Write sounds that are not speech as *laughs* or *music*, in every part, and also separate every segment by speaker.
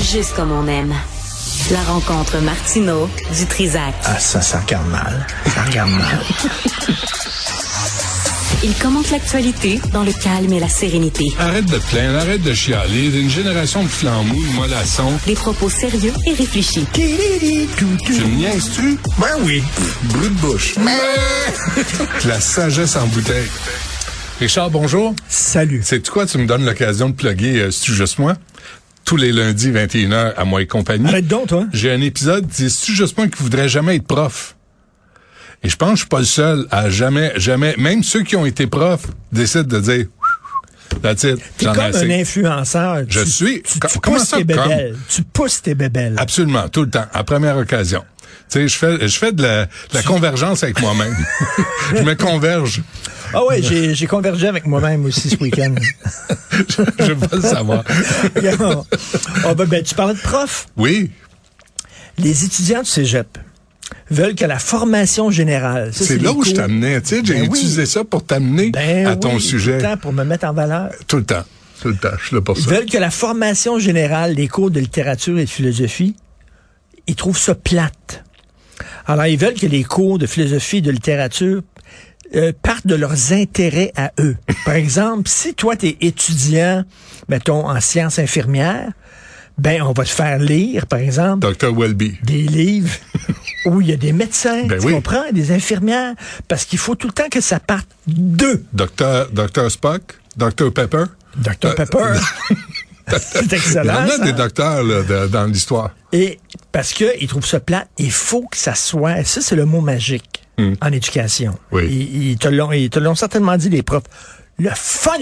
Speaker 1: Juste comme on aime. La rencontre Martino du Trizac.
Speaker 2: Ah, ça, ça regarde mal. Ça regarde mal.
Speaker 1: Il commente l'actualité dans le calme et la sérénité.
Speaker 3: Arrête de te plaindre, arrête de chialer. Une génération de flamboules, de mollassons.
Speaker 1: Des propos sérieux et réfléchis.
Speaker 3: Tu me niaises-tu?
Speaker 2: Ben oui.
Speaker 3: Brut de bouche. De *laughs* La sagesse en bouteille. Richard, bonjour.
Speaker 2: Salut.
Speaker 3: C'est quoi, tu me donnes l'occasion de plugger euh, C'est-tu juste moi? Tous les lundis, 21h, à moi et compagnie.
Speaker 2: Arrête donc, toi.
Speaker 3: J'ai un épisode, c'est C'est-tu juste moi qui voudrais jamais être prof. Et je pense que je suis pas le seul à jamais, jamais, même ceux qui ont été profs décident de dire, that's it,
Speaker 4: T'es
Speaker 3: j'en
Speaker 4: comme
Speaker 3: ai assez.
Speaker 4: un influenceur.
Speaker 3: Je
Speaker 4: tu,
Speaker 3: suis-
Speaker 4: Tu,
Speaker 3: com-
Speaker 4: tu
Speaker 3: comment
Speaker 4: pousses
Speaker 3: ça,
Speaker 4: tes
Speaker 3: comme? Ah,
Speaker 4: bébelles. Tu pousses tes bébelles.
Speaker 3: Absolument, tout le temps, à première occasion. Tu sais, je fais, je fais de la, de la convergence avec moi-même. *laughs* je me converge. *laughs*
Speaker 4: Ah ouais,
Speaker 3: ben.
Speaker 4: j'ai j'ai convergé avec moi-même aussi ce week-end.
Speaker 3: je je veux pas le savoir.
Speaker 4: Ah ben, ben, tu parlais de prof.
Speaker 3: Oui,
Speaker 4: Les étudiants du cégep veulent que la formation générale. ça,
Speaker 3: c'est
Speaker 4: les
Speaker 3: là où je
Speaker 4: cours-
Speaker 3: t'amenais. Tu sais, j'ai
Speaker 4: Ben oui.
Speaker 3: utilisé ça pour t'amener
Speaker 4: Ben
Speaker 3: à
Speaker 4: oui,
Speaker 3: ton sujet.
Speaker 4: tout le temps pour me mettre en valeur.
Speaker 3: Tout le temps. Tout le temps. Je suis là pour
Speaker 4: Ils
Speaker 3: ça.
Speaker 4: veulent que la formation générale, les cours de littérature et de philosophie, ils trouvent ça plate. Alors, ils veulent que les cours de philosophie et de littérature euh, partent de leurs intérêts à eux. Par exemple, si toi, tu es étudiant, mettons, en sciences infirmières, ben, on va te faire lire, par exemple,
Speaker 3: Dr. Welby.
Speaker 4: des livres
Speaker 3: *laughs*
Speaker 4: où il y a des médecins,
Speaker 3: Ben
Speaker 4: tu
Speaker 3: oui.
Speaker 4: comprends, des infirmières, parce qu'il faut tout le temps que ça parte d'eux.
Speaker 3: Dr. Dr. Spock. Dr. Pepper.
Speaker 4: Dr. Pepper. *laughs* C'est
Speaker 3: Euh, *laughs* Il y
Speaker 4: excellent.
Speaker 3: en a
Speaker 4: ça.
Speaker 3: des docteurs là, de- dans l'histoire.
Speaker 4: Et parce qu'ils trouvent ça plat, il faut que ça soit. Ça, c'est le mot magique en éducation.
Speaker 3: Hmm. Oui.
Speaker 4: Ils, ils te l'ont, ils te l'ont certainement dit, les profs. Le
Speaker 3: *laughs*
Speaker 4: fun!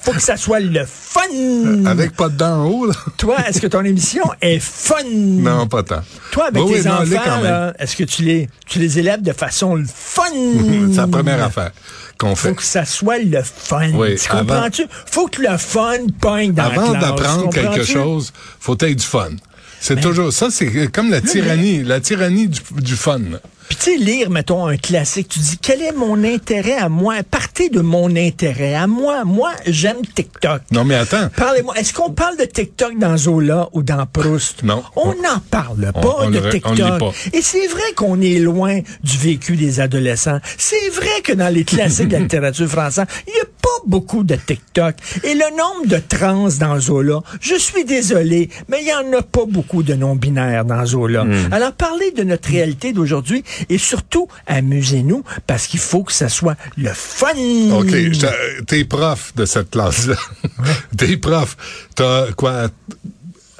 Speaker 4: faut que ça soit le fun!
Speaker 3: Euh, Avec pas de dents en haut, là.
Speaker 4: Toi, est-ce que ton émission est fun?
Speaker 3: Non, pas tant.
Speaker 4: Hmm. Toi, avec
Speaker 3: Oui,
Speaker 4: tes
Speaker 3: oui, non, l'est
Speaker 4: enfants,
Speaker 3: quand même.
Speaker 4: là, est-ce que tu les, tu les élèves de façon le fun?
Speaker 3: *laughs* C'est la première affaire qu'on fait.
Speaker 4: Hmm. Faut que ça soit le fun.
Speaker 3: Oui,
Speaker 4: tu
Speaker 3: avant-
Speaker 4: comprends-tu? Faut que le fun pogne dans
Speaker 3: Avant
Speaker 4: la classe.
Speaker 3: d'apprendre
Speaker 4: tu
Speaker 3: quelque
Speaker 4: comprends-tu? Ben,
Speaker 3: chose, faut être du fun. C'est toujours ça, c'est comme la tyrannie, la tyrannie du, du fun.
Speaker 4: Puis tu sais, lire, mettons, un classique, tu dis, quel est mon intérêt à moi? Partez de mon intérêt à moi. Moi, j'aime TikTok.
Speaker 3: Non mais attends,
Speaker 4: Parlez-moi, est-ce qu'on parle de TikTok dans Zola ou dans Proust?
Speaker 3: Non.
Speaker 4: On n'en parle
Speaker 3: On-
Speaker 4: pas
Speaker 3: on
Speaker 4: de
Speaker 3: le re- on le
Speaker 4: TikTok.
Speaker 3: lit pas.
Speaker 4: Et c'est vrai qu'on est loin du vécu des adolescents. C'est vrai que
Speaker 3: *laughs*
Speaker 4: dans les classiques de la littérature française, il n'y a pas beaucoup de TikTok. Et le nombre de trans dans Zola, je suis désolé, mais il n'y en a pas beaucoup de non-binaires dans Zola.
Speaker 3: Hmm.
Speaker 4: Alors, parlez de notre réalité d'aujourd'hui et surtout, amusez-nous parce qu'il faut que ça soit le fun.
Speaker 3: OK,
Speaker 4: Hmm.
Speaker 3: je te- t'es prof de cette classe-là. *laughs* t'es prof. T'as quoi?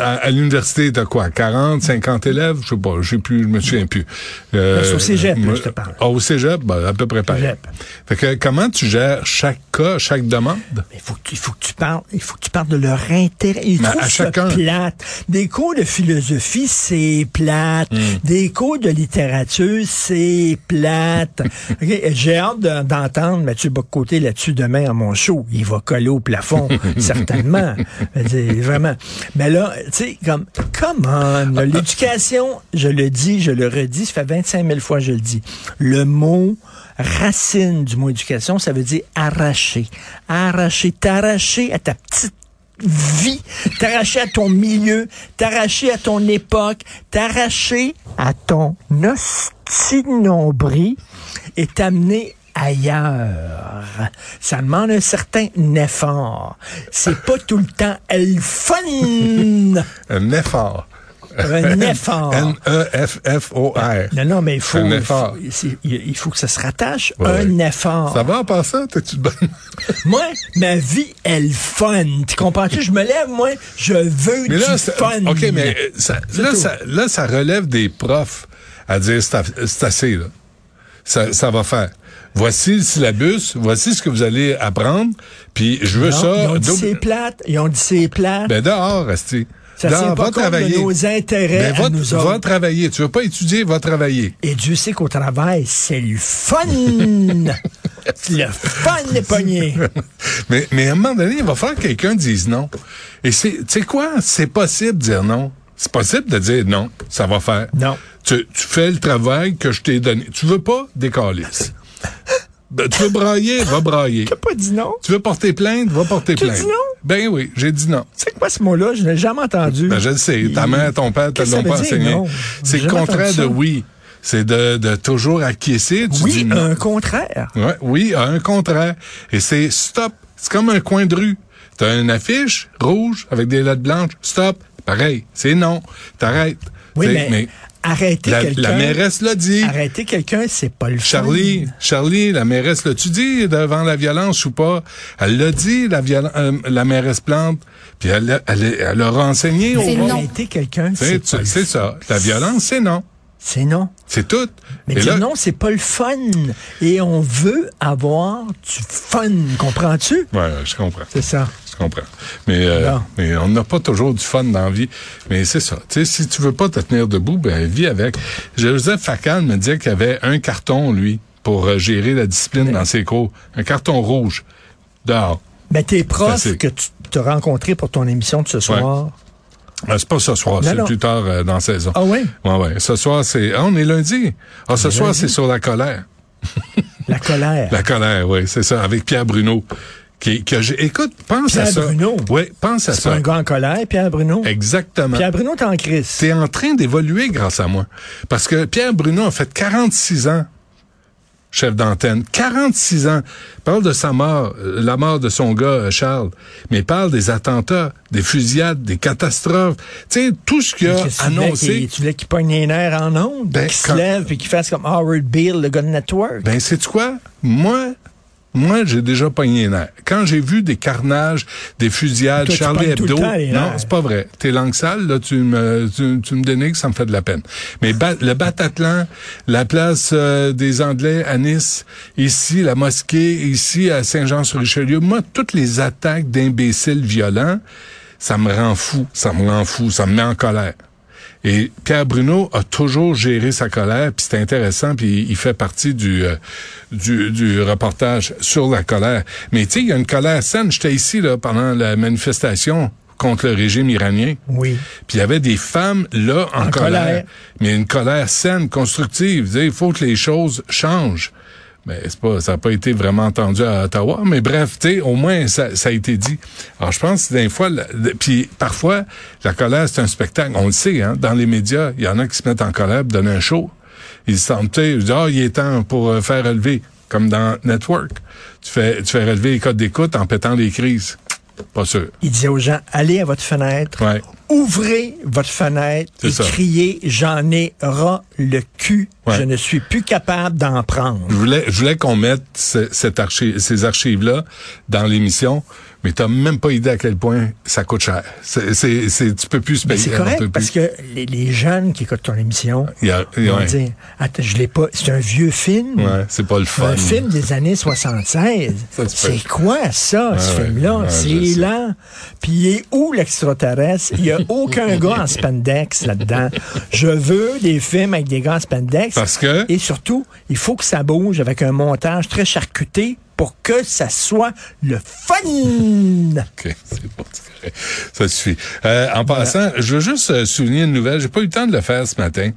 Speaker 3: À, à l'université, t'as quoi? 40, 50 élèves? Je sais pas, j'ai plus, je me souviens plus. Euh,
Speaker 4: Ben, C'est au cégep, là,
Speaker 3: moi-
Speaker 4: je te parle.
Speaker 3: Ah, au cégep, ben, à peu près pareil.
Speaker 4: Cégep.
Speaker 3: Fait que comment tu gères chaque cas, chaque demande?
Speaker 4: Mais faut que tu- il faut que tu parles, il faut que tu parles de leur intérêt. Ils
Speaker 3: Mais à
Speaker 4: trouvent ça
Speaker 3: chacun.
Speaker 4: plate. Des cours de philosophie, c'est plate. Des cours de littérature, c'est plate. *laughs* Ok, J'ai hâte de- d'entendre Mathieu Bocoté là-dessus demain à mon show. Il va coller au plafond, certainement. Je veux dire, Vraiment. Mais là, tu sais, comme, come on, là, l'éducation, je le dis, je le redis, ça fait 25 000 fois que je le dis. Le mot racine du mot éducation, ça veut dire arracher. Arracher, t'arracher à ta petite vie, t'arracher à ton milieu, t'arracher à ton époque, t'arracher à ton hostie de nombril et t'amener ailleurs. Ça demande un certain effort. C'est pas tout le temps le
Speaker 3: *laughs*
Speaker 4: fun.
Speaker 3: Un effort. *laughs* E
Speaker 4: Un effort. Ah,
Speaker 3: N-E-F-F-O-R.
Speaker 4: Non, non, mais il faut,
Speaker 3: Un
Speaker 4: il
Speaker 3: effort.
Speaker 4: faut, c'est- il il faut que ça se rattache.
Speaker 3: Ouais,
Speaker 4: un
Speaker 3: ouais.
Speaker 4: effort.
Speaker 3: Ça va en passant? T'es-tu
Speaker 4: *laughs*
Speaker 3: de bonne?
Speaker 4: Moi, ma vie, elle fun. Tu comprends-tu? Je me lève, moi, je veux
Speaker 3: Mais là,
Speaker 4: du
Speaker 3: c'est-
Speaker 4: fun.
Speaker 3: OK, mais euh, ça, là,
Speaker 4: tout.
Speaker 3: ça, là, ça relève des profs à dire c'est aff- c'est assez, là. Ça, ça va faire. Voici le syllabus, voici ce que vous allez apprendre, puis je veux
Speaker 4: Non,
Speaker 3: ça.
Speaker 4: ils ont dit
Speaker 3: double-
Speaker 4: c'est plate. Ils ont dit c'est plate.
Speaker 3: ben dehors, Resti.
Speaker 4: Ça tient
Speaker 3: dehors,
Speaker 4: pas
Speaker 3: va
Speaker 4: compte de
Speaker 3: travailler.
Speaker 4: nos intérêts
Speaker 3: Ben,
Speaker 4: à
Speaker 3: va,
Speaker 4: nous
Speaker 3: va
Speaker 4: autres.
Speaker 3: travailler. Tu veux pas étudier, va travailler.
Speaker 4: Et Dieu sait qu'au travail, c'est le
Speaker 3: *laughs*
Speaker 4: fun. le fun des poignets.
Speaker 3: *laughs* mais, mais à un moment donné, il va falloir que quelqu'un dise non. Et c'est, tu sais quoi? C'est possible de dire non. C'est possible de dire non, ça va faire.
Speaker 4: Non.
Speaker 3: Tu, tu fais le travail que je t'ai donné. Tu veux pas décaler.
Speaker 4: *laughs*
Speaker 3: tu veux brailler, va brailler.
Speaker 4: T'as pas dit non?
Speaker 3: Tu veux porter plainte, va porter
Speaker 4: Tu
Speaker 3: plainte.
Speaker 4: dis non?
Speaker 3: Ben oui, j'ai dit non.
Speaker 4: C'est quoi ce mot-là? Je l'ai jamais entendu.
Speaker 3: Ben, je le sais. Ta mère, ton père te
Speaker 4: Qu'est-ce que
Speaker 3: l'ont
Speaker 4: ça
Speaker 3: pas
Speaker 4: veut dire,
Speaker 3: enseigné.
Speaker 4: non?
Speaker 3: C'est
Speaker 4: J'ai
Speaker 3: le
Speaker 4: jamais
Speaker 3: contraire
Speaker 4: entendu
Speaker 3: de
Speaker 4: ça.
Speaker 3: oui. C'est de, de toujours acquiescer. Tu dis
Speaker 4: oui,
Speaker 3: non.
Speaker 4: un contraire.
Speaker 3: Ouais, oui, à un contraire. Et c'est stop. C'est comme un coin de rue. T'as une affiche rouge avec des lettres blanches. Stop. Pareil. C'est non. T'arrêtes.
Speaker 4: Oui,
Speaker 3: T'sais,
Speaker 4: mais, arrêter
Speaker 3: la,
Speaker 4: quelqu'un.
Speaker 3: la mairesse l'a dit.
Speaker 4: Arrêter quelqu'un, c'est pas le fun.
Speaker 3: Charlie, Charlie, la mairesse l'a-tu dit devant la violence ou pas? Elle l'a dit, la, violen- euh, la mairesse Plante, puis elle, l'a- elle, est- elle leur a enseigné au
Speaker 5: C'est
Speaker 3: monde.
Speaker 5: non.
Speaker 4: Arrêter quelqu'un,
Speaker 3: C'est
Speaker 4: c'est pas le
Speaker 3: c'est
Speaker 4: fun.
Speaker 3: ça. La violence, c'est non.
Speaker 4: C'est non.
Speaker 3: C'est tout.
Speaker 4: Mais
Speaker 3: Et
Speaker 4: dire
Speaker 3: là-
Speaker 4: non, c'est pas le fun. Et on veut avoir du fun. Comprends-tu?
Speaker 3: Ouais, je comprends.
Speaker 4: C'est ça.
Speaker 3: Je comprends. Mais, euh,
Speaker 4: Bon.
Speaker 3: mais on n'a pas toujours du fun dans la vie. Mais c'est ça. Tu sais, si tu veux pas te tenir debout, ben vis avec. Joseph Facal me disait qu'il y avait un carton, lui, pour euh, gérer la discipline dans ses cours. Un carton rouge. Dehors.
Speaker 4: Mais Ben, tes profs
Speaker 3: Facile.
Speaker 4: que tu t'as rencontrés pour ton émission de ce soir.
Speaker 3: Ah, c'est pas ce soir, c'est
Speaker 4: non.
Speaker 3: plus tard euh, dans la saison.
Speaker 4: Ah ouais?
Speaker 3: Ouais, ouais. Ce soir, c'est. Ah, on est lundi. Ah, ce soir, c'est sur la colère.
Speaker 4: La colère.
Speaker 3: La colère, oui, c'est ça, avec Pierre Bruno. Qui, que j'ai- Écoute, pense à
Speaker 4: Pierre
Speaker 3: ça.
Speaker 4: Bruno?
Speaker 3: Oui, pense à
Speaker 4: C'est pas
Speaker 3: ça.
Speaker 4: un gars en colère, Pierre Bruno.
Speaker 3: Exactement.
Speaker 4: Pierre Bruno, t'es en crise.
Speaker 3: C'est en train d'évoluer grâce à moi. Parce que Pierre Bruno a fait 46 ans chef d'antenne. 46 ans. Parle de sa mort, euh, la mort de son gars, euh, Charles. Mais parle des attentats, des fusillades, des catastrophes. Tu sais, tout ce qu'il a
Speaker 4: Qu'est-ce que tu voulais
Speaker 3: annoncé.
Speaker 4: qu'il- Tu voulais qu'il pogne les nerfs en ondes,
Speaker 3: Ben,
Speaker 4: qu'il se
Speaker 3: quand-
Speaker 4: lève et qu'il fasse comme Howard Beale, le gars de Network.
Speaker 3: Ben, c'est quoi? Moi, moi, j'ai déjà pogné les nerfs. Quand j'ai vu des carnages, des fusillades,
Speaker 4: Toi, tu
Speaker 3: Charlie
Speaker 4: pognes tout le
Speaker 3: Hebdo,
Speaker 4: temps les nerfs.
Speaker 3: non, c'est pas vrai. T'es langue sale, là, tu me, tu, tu me dénigres, ça me fait de la peine. Mais Ba- le Bataclan, la place euh, des Anglais à Nice, ici, la mosquée, ici, à Saint-Jean-sur-Richelieu, moi, toutes les attaques d'imbéciles violents, ça me rend fou, ça me rend fou, ça me met en colère. Et Pierre Bruno a toujours géré sa colère, puis c'est intéressant, puis il fait partie du, euh, du du reportage sur la colère. Mais tu sais, il y a une colère saine. J'étais ici là pendant la manifestation contre le régime iranien.
Speaker 4: Oui.
Speaker 3: Puis il y avait des femmes là en,
Speaker 4: En colère.
Speaker 3: colère. mais une colère saine, constructive. Je veux dire, Il faut que les choses changent. Mais c'est pas, ça n'a pas été vraiment entendu à Ottawa. Mais bref, tu sais, au moins ça, ça a été dit. Alors je pense que des fois, la- de- puis parfois la colère c'est un spectacle. On le sait, hein, dans les médias, il y en a qui se mettent en colère, pour donner un show. Ils se sentent, tu sais, ils disent, ah, il est temps pour euh, faire relever, comme dans Network. Tu fais, tu fais relever les codes d'écoute en pétant les crises. Pas sûr.
Speaker 4: Il disait aux gens, allez à votre fenêtre,
Speaker 3: Ouais.
Speaker 4: ouvrez votre fenêtre
Speaker 3: C'est
Speaker 4: et
Speaker 3: ça.
Speaker 4: criez, j'en ai ras le cul,
Speaker 3: Ouais.
Speaker 4: je ne suis plus capable d'en prendre.
Speaker 3: Je voulais, je voulais qu'on mette ce- cette archi- ces archives-là dans l'émission, mais t'as même pas idée à quel point ça coûte cher. C'est, c'est, c'est- tu peux plus se
Speaker 4: Mais
Speaker 3: payer.
Speaker 4: Ben, c'est
Speaker 3: on peut
Speaker 4: correct
Speaker 3: plus.
Speaker 4: parce que les, les jeunes qui écoutent ton émission
Speaker 3: Il y a-
Speaker 4: vont
Speaker 3: ouais.
Speaker 4: dire, attends, je l'ai pas, c'est un vieux film.
Speaker 3: Ouais, c'est pas le fun.
Speaker 4: Un film des années 76.
Speaker 3: *laughs* Ça, tu peux.
Speaker 4: C'est quoi ça, ce
Speaker 3: ouais,
Speaker 4: film-là?
Speaker 3: ouais, je
Speaker 4: c'est
Speaker 3: sais.
Speaker 4: lent. Puis il est où l'extraterrestre? Il n'y a
Speaker 3: *laughs*
Speaker 4: aucun gars en spandex là-dedans. Je veux des films avec des gars en spandex.
Speaker 3: Parce que-
Speaker 4: Et surtout, il faut que ça bouge avec un montage très charcuté pour que ça soit le fun!
Speaker 3: OK, *laughs* c'est bon, c'est correct. Ça suffit. Euh, en passant, je veux juste euh, souligner une nouvelle. J'ai pas eu le temps de le faire ce matin.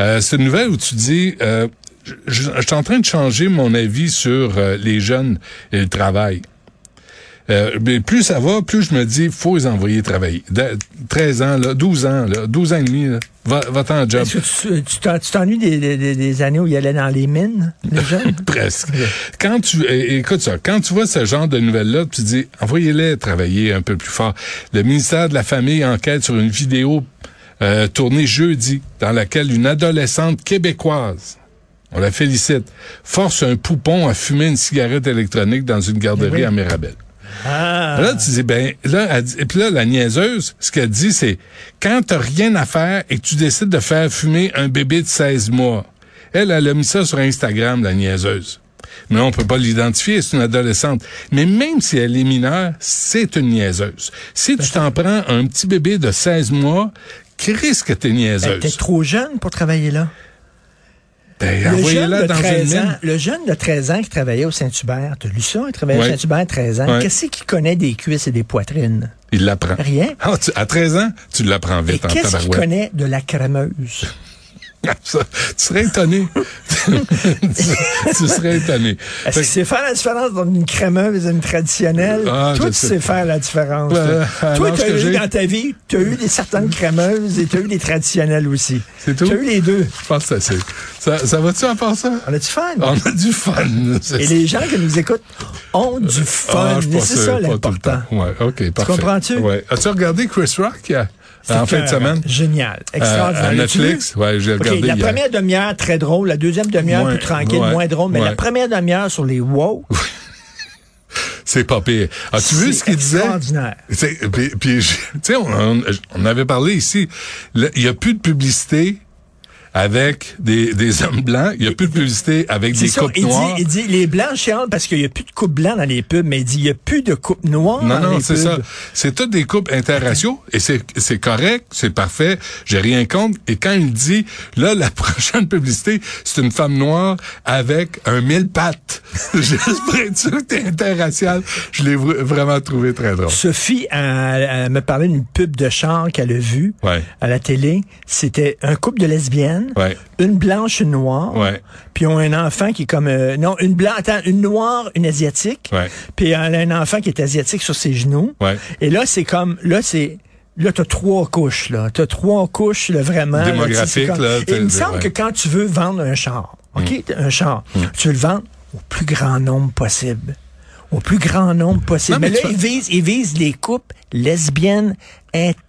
Speaker 3: Euh, c'est une nouvelle où tu dis, euh, je, je- je suis en train de changer mon avis sur euh, les jeunes et le travail. Euh, mais plus ça va, plus je me dis, faut les envoyer travailler. De- 13 ans, là, 12 ans, là, 12 ans et demi, là, va, va-t'en en job.
Speaker 4: Est-ce que tu- euh, tu t'en- tu t'ennuies des, des- des- des années où il allait dans les mines, les jeunes?
Speaker 3: Presque. Quand tu é- écoute ça, quand tu vois ce genre de nouvelles là, tu dis envoyez-les travailler un peu plus fort. Le ministère de la famille enquête sur une vidéo euh, tournée jeudi dans laquelle une adolescente québécoise on la félicite. Force un poupon à fumer une cigarette électronique dans une garderie
Speaker 4: oui.
Speaker 3: à Mirabel.
Speaker 4: Ah!
Speaker 3: Là, tu dis, ben, là, elle dit- et puis là, la niaiseuse, ce qu'elle dit, c'est quand t'as rien à faire et que tu décides de faire fumer un bébé de 16 mois. Elle, elle a mis ça sur Instagram, la niaiseuse. Mais on peut pas l'identifier, c'est une adolescente. Mais même si elle est mineure, c'est une niaiseuse. Si tu t'en prends un petit bébé de 16 mois, Chris que t'es
Speaker 4: Elle était
Speaker 3: niaiseuse.
Speaker 4: Ben, trop jeune pour travailler là.
Speaker 3: Ben,
Speaker 4: Le jeune,
Speaker 3: envoyez-la
Speaker 4: de
Speaker 3: dans
Speaker 4: 13
Speaker 3: une
Speaker 4: ans,
Speaker 3: mine.
Speaker 4: le jeune de 13 ans qui travaillait au Saint-Hubert, t'as lu ça? Il travaillait au
Speaker 3: Ouais.
Speaker 4: Saint-Hubert 13 ans.
Speaker 3: Ouais.
Speaker 4: Qu'est-ce qu'il connaît des cuisses et des poitrines?
Speaker 3: Il l'apprend.
Speaker 4: Rien.
Speaker 3: Ah, tu- à 13 ans, tu l'apprends
Speaker 4: Et
Speaker 3: vite en
Speaker 4: qu'est-ce qu'il
Speaker 3: tabarouette. *laughs*
Speaker 4: connaît de la crameuse?
Speaker 3: Ça, tu serais étonné. *laughs* tu, tu serais étonné.
Speaker 4: Est-ce
Speaker 3: Fait
Speaker 4: que c'est faire la différence entre une crémeuse et une traditionnelle?
Speaker 3: Ah,
Speaker 4: Toi,
Speaker 3: je
Speaker 4: tu
Speaker 3: sais
Speaker 4: sais faire la différence.
Speaker 3: Ben,
Speaker 4: toi.
Speaker 3: à
Speaker 4: toi,
Speaker 3: l'âge
Speaker 4: tu as
Speaker 3: que
Speaker 4: eu
Speaker 3: j'ai.
Speaker 4: dans ta vie, tu as eu des certaines crémeuses et tu as eu des traditionnelles aussi.
Speaker 3: C'est tout?
Speaker 4: Tu as eu les deux.
Speaker 3: que je pense que ça c'est. Ça, ça va-tu à part ça?
Speaker 4: On a-tu fun?
Speaker 3: On a du fun. c'est-
Speaker 4: Et les gens qui nous écoutent ont du
Speaker 3: Ah,
Speaker 4: fun.
Speaker 3: je suis
Speaker 4: Et
Speaker 3: pas
Speaker 4: c'est
Speaker 3: sûr,
Speaker 4: ça
Speaker 3: pas tout le
Speaker 4: l'important.
Speaker 3: temps. Ouais, OK, parfait.
Speaker 4: comprends-tu?
Speaker 3: Ouais. As-tu regardé Chris Rock euh,
Speaker 4: C'est
Speaker 3: en fin de
Speaker 4: écœurant.
Speaker 3: semaine? Euh,
Speaker 4: Génial. Extraordinaire.
Speaker 3: à
Speaker 4: L'as-tu
Speaker 3: Netflix?
Speaker 4: vu?
Speaker 3: Ouais, j'ai
Speaker 4: OK,
Speaker 3: regardé
Speaker 4: La
Speaker 3: hier.
Speaker 4: première demi-heure, très drôle. La deuxième demi-heure,
Speaker 3: Moins-
Speaker 4: plus tranquille,
Speaker 3: ouais,
Speaker 4: moins drôle. Mais
Speaker 3: ouais.
Speaker 4: la première demi-heure sur les
Speaker 3: *laughs*
Speaker 4: wow,
Speaker 3: C'est pas pire. As-tu vu
Speaker 4: C'est
Speaker 3: ce qu'il disait?
Speaker 4: extraordinaire.
Speaker 3: C'est- Puis, puis je- tu sais, on, on- on avait parlé ici. Le- Il n'y a plus de publicité avec des, des hommes blancs. Il n'y a plus de publicité avec
Speaker 4: C'est
Speaker 3: des
Speaker 4: ça,
Speaker 3: coupes
Speaker 4: il dit,
Speaker 3: noires.
Speaker 4: il dit, les blancs chialent parce qu'il n'y a plus de coupe blanc dans les pubs, mais il dit, il n'y a plus de coupe noire dans
Speaker 3: Non, non,
Speaker 4: les pubs.
Speaker 3: c'est ça. C'est toutes des couples interraciaux et c'est c'est correct, c'est parfait, j'ai rien contre. Et quand il dit, là, la *laughs* prochaine publicité, c'est une femme noire avec un mille pattes. *laughs* Juste pour être sûr que t'es interracial, je l'ai vr- vraiment trouvé très drôle.
Speaker 4: Sophie a, a- me parlait d'une pub de char qu'elle a vue
Speaker 3: Ouais.
Speaker 4: à la télé. C'était un couple de lesbiennes,
Speaker 3: Ouais.
Speaker 4: une blanche, une noire,
Speaker 3: Ouais.
Speaker 4: puis ils ont un enfant qui est comme... euh, non, une blanche, attends, une noire, une asiatique,
Speaker 3: Ouais.
Speaker 4: puis elle a un enfant qui est asiatique sur ses genoux.
Speaker 3: Ouais.
Speaker 4: Et là, c'est comme... Là, c'est... Là, t'as trois couches, là. T'as trois couches, là, vraiment. là, tu sais, c'est
Speaker 3: Démographique, là,
Speaker 4: Et il me
Speaker 3: t'es-
Speaker 4: semble
Speaker 3: ouais. Hmm.
Speaker 4: que quand tu veux vendre un char, OK, un char, tu veux le vendre au plus grand nombre possible. Au plus grand nombre possible.
Speaker 3: Non,
Speaker 4: mais,
Speaker 3: mais
Speaker 4: là,
Speaker 3: tu vas-
Speaker 4: ils visent, ils visent les couples lesbiennes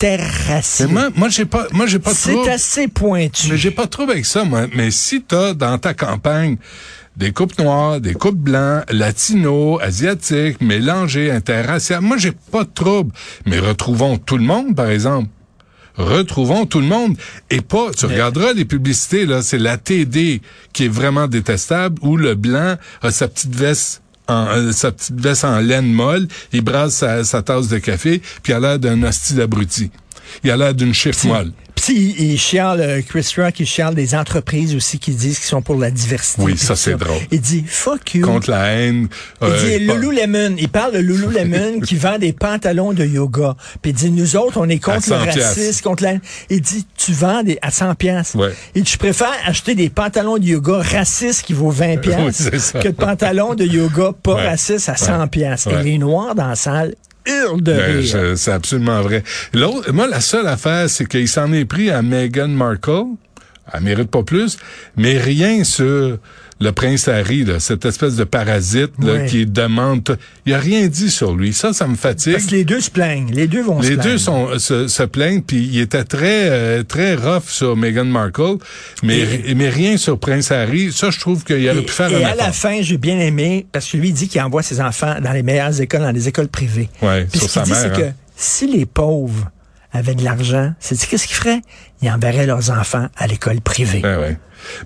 Speaker 3: Mais
Speaker 4: interraciales.
Speaker 3: moi, moi j'ai pas, moi j'ai pas trop.
Speaker 4: C'est assez pointu.
Speaker 3: Mais j'ai pas de trouble avec ça, moi. Mais si t'as dans ta campagne des coupes noires, des coupes blancs, latinos, asiatiques, mélangés, interraciales, moi j'ai pas de trouble. Mais retrouvons tout le monde, par exemple. Retrouvons tout le monde. Et pas, tu regarderas les publicités, là, c'est la TD qui est vraiment détestable, où le blanc a sa petite veste en, euh, sa petite veste en laine molle, il brasse sa, sa tasse de café, puis il a l'air d'un hostie d'abruti. Il a l'air d'une chiffre molle.
Speaker 4: Puis il il chiale, euh, Chris Rock, il chiale des entreprises aussi qui disent qu'ils sont pour la diversité.
Speaker 3: Oui,
Speaker 4: puis
Speaker 3: ça,
Speaker 4: tout
Speaker 3: c'est drôle.
Speaker 4: Il dit, fuck you.
Speaker 3: contre la haine.
Speaker 4: Mm. Il
Speaker 3: euh,
Speaker 4: dit
Speaker 3: pas-
Speaker 4: Lululemon, il parle de
Speaker 3: *laughs*
Speaker 4: Lululemon qui vend des pantalons de yoga. Puis il dit nous autres on est contre le
Speaker 3: 100 piastres.
Speaker 4: racisme, contre la il dit tu vends des à 100 piastres.
Speaker 3: Ouais.
Speaker 4: Il dit je préfère acheter des pantalons de yoga racistes qui vaut 20
Speaker 3: *laughs* Oui,
Speaker 4: piastres
Speaker 3: c'est ça.
Speaker 4: que de pantalons de yoga pas
Speaker 3: Ouais.
Speaker 4: racistes à
Speaker 3: Ouais.
Speaker 4: 100 piastres. Et
Speaker 3: Ouais.
Speaker 4: les noirs dans la salle hurlent de
Speaker 3: Ben,
Speaker 4: rire.
Speaker 3: je- c'est absolument vrai. L'autre, moi, la seule affaire, c'est qu'il s'en est pris à Meghan Markle. Elle mérite pas plus, mais rien sur le prince Harry, là, cette espèce de parasite là,
Speaker 4: Ouais.
Speaker 3: qui demande. tout. Il a rien dit sur lui. Ça, ça me fatigue.
Speaker 4: Parce que les deux se plaignent, les deux vont se
Speaker 3: Les
Speaker 4: plaindre.
Speaker 3: deux sont, se, se plaignent, puis il était très euh, très rough sur Meghan Markle, mais mais rien sur Prince Harry. Ça, je trouve qu'il aurait
Speaker 4: Et,
Speaker 3: pu faire
Speaker 4: et
Speaker 3: un
Speaker 4: à la
Speaker 3: effort.
Speaker 4: fin, j'ai bien aimé, parce que lui, il dit qu'il envoie ses enfants dans les meilleures écoles, dans les écoles privées.
Speaker 3: Ouais,
Speaker 4: Puis
Speaker 3: sur
Speaker 4: ce qu'il
Speaker 3: sa
Speaker 4: dit, c'est
Speaker 3: mère,
Speaker 4: que
Speaker 3: hein.
Speaker 4: si les pauvres avaient de l'argent, c'est qu'est-ce qu'ils feraient? Ils enverraient leurs enfants à l'école privée.
Speaker 3: Ben ouais.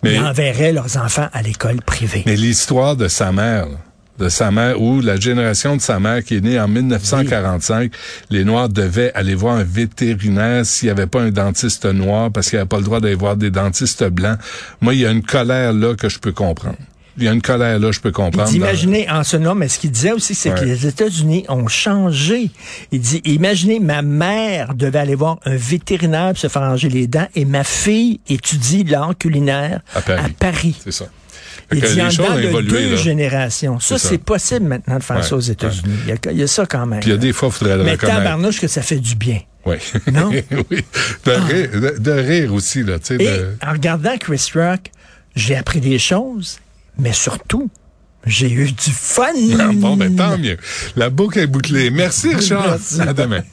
Speaker 4: Ils enverraient leurs enfants à l'école privée.
Speaker 3: Mais l'histoire de sa mère, là, de sa mère ou la génération de sa mère qui est née en 1945, les Noirs devaient aller voir un vétérinaire s'il n'y avait pas un dentiste noir parce qu'il n'y avait pas le droit d'aller voir des dentistes blancs. Moi, il y a une colère là que je peux comprendre. Il y a une colère là que je peux
Speaker 4: Il
Speaker 3: comprendre.
Speaker 4: dit,
Speaker 3: dans-
Speaker 4: imaginez, en ce nom, mais ce qu'il disait aussi, c'est
Speaker 3: Ouais.
Speaker 4: que les États-Unis ont changé. Il dit, imaginez, ma mère devait aller voir un vétérinaire pour se faire ranger les dents et ma fille étudie l'art culinaire
Speaker 3: À Paris.
Speaker 4: Paris.
Speaker 3: C'est ça. Fait
Speaker 4: Il
Speaker 3: que
Speaker 4: dit en
Speaker 3: les choses
Speaker 4: dedans
Speaker 3: ont
Speaker 4: de
Speaker 3: évolué.
Speaker 4: deux
Speaker 3: là.
Speaker 4: générations. Ça,
Speaker 3: C'est ça.
Speaker 4: c'est possible maintenant de faire
Speaker 3: Ouais,
Speaker 4: ça aux États-Unis. Il y a- Il y, a ça quand même.
Speaker 3: Puis il y a des fois, il faudrait le
Speaker 4: Mais
Speaker 3: reconnaître.
Speaker 4: tabarnouche que ça fait du bien.
Speaker 3: Oui.
Speaker 4: Non?
Speaker 3: *laughs*
Speaker 4: Ah.
Speaker 3: oui. De, rire, de, de rire aussi, là, tu sais.
Speaker 4: Et
Speaker 3: de- *laughs*
Speaker 4: en regardant Chris Rock, j'ai appris des choses, mais surtout, j'ai eu du fun.
Speaker 3: ben, Bon, ben, tant mieux. La boucle est bouclée. Merci, Richard.
Speaker 4: Mm. Merci.
Speaker 3: À demain.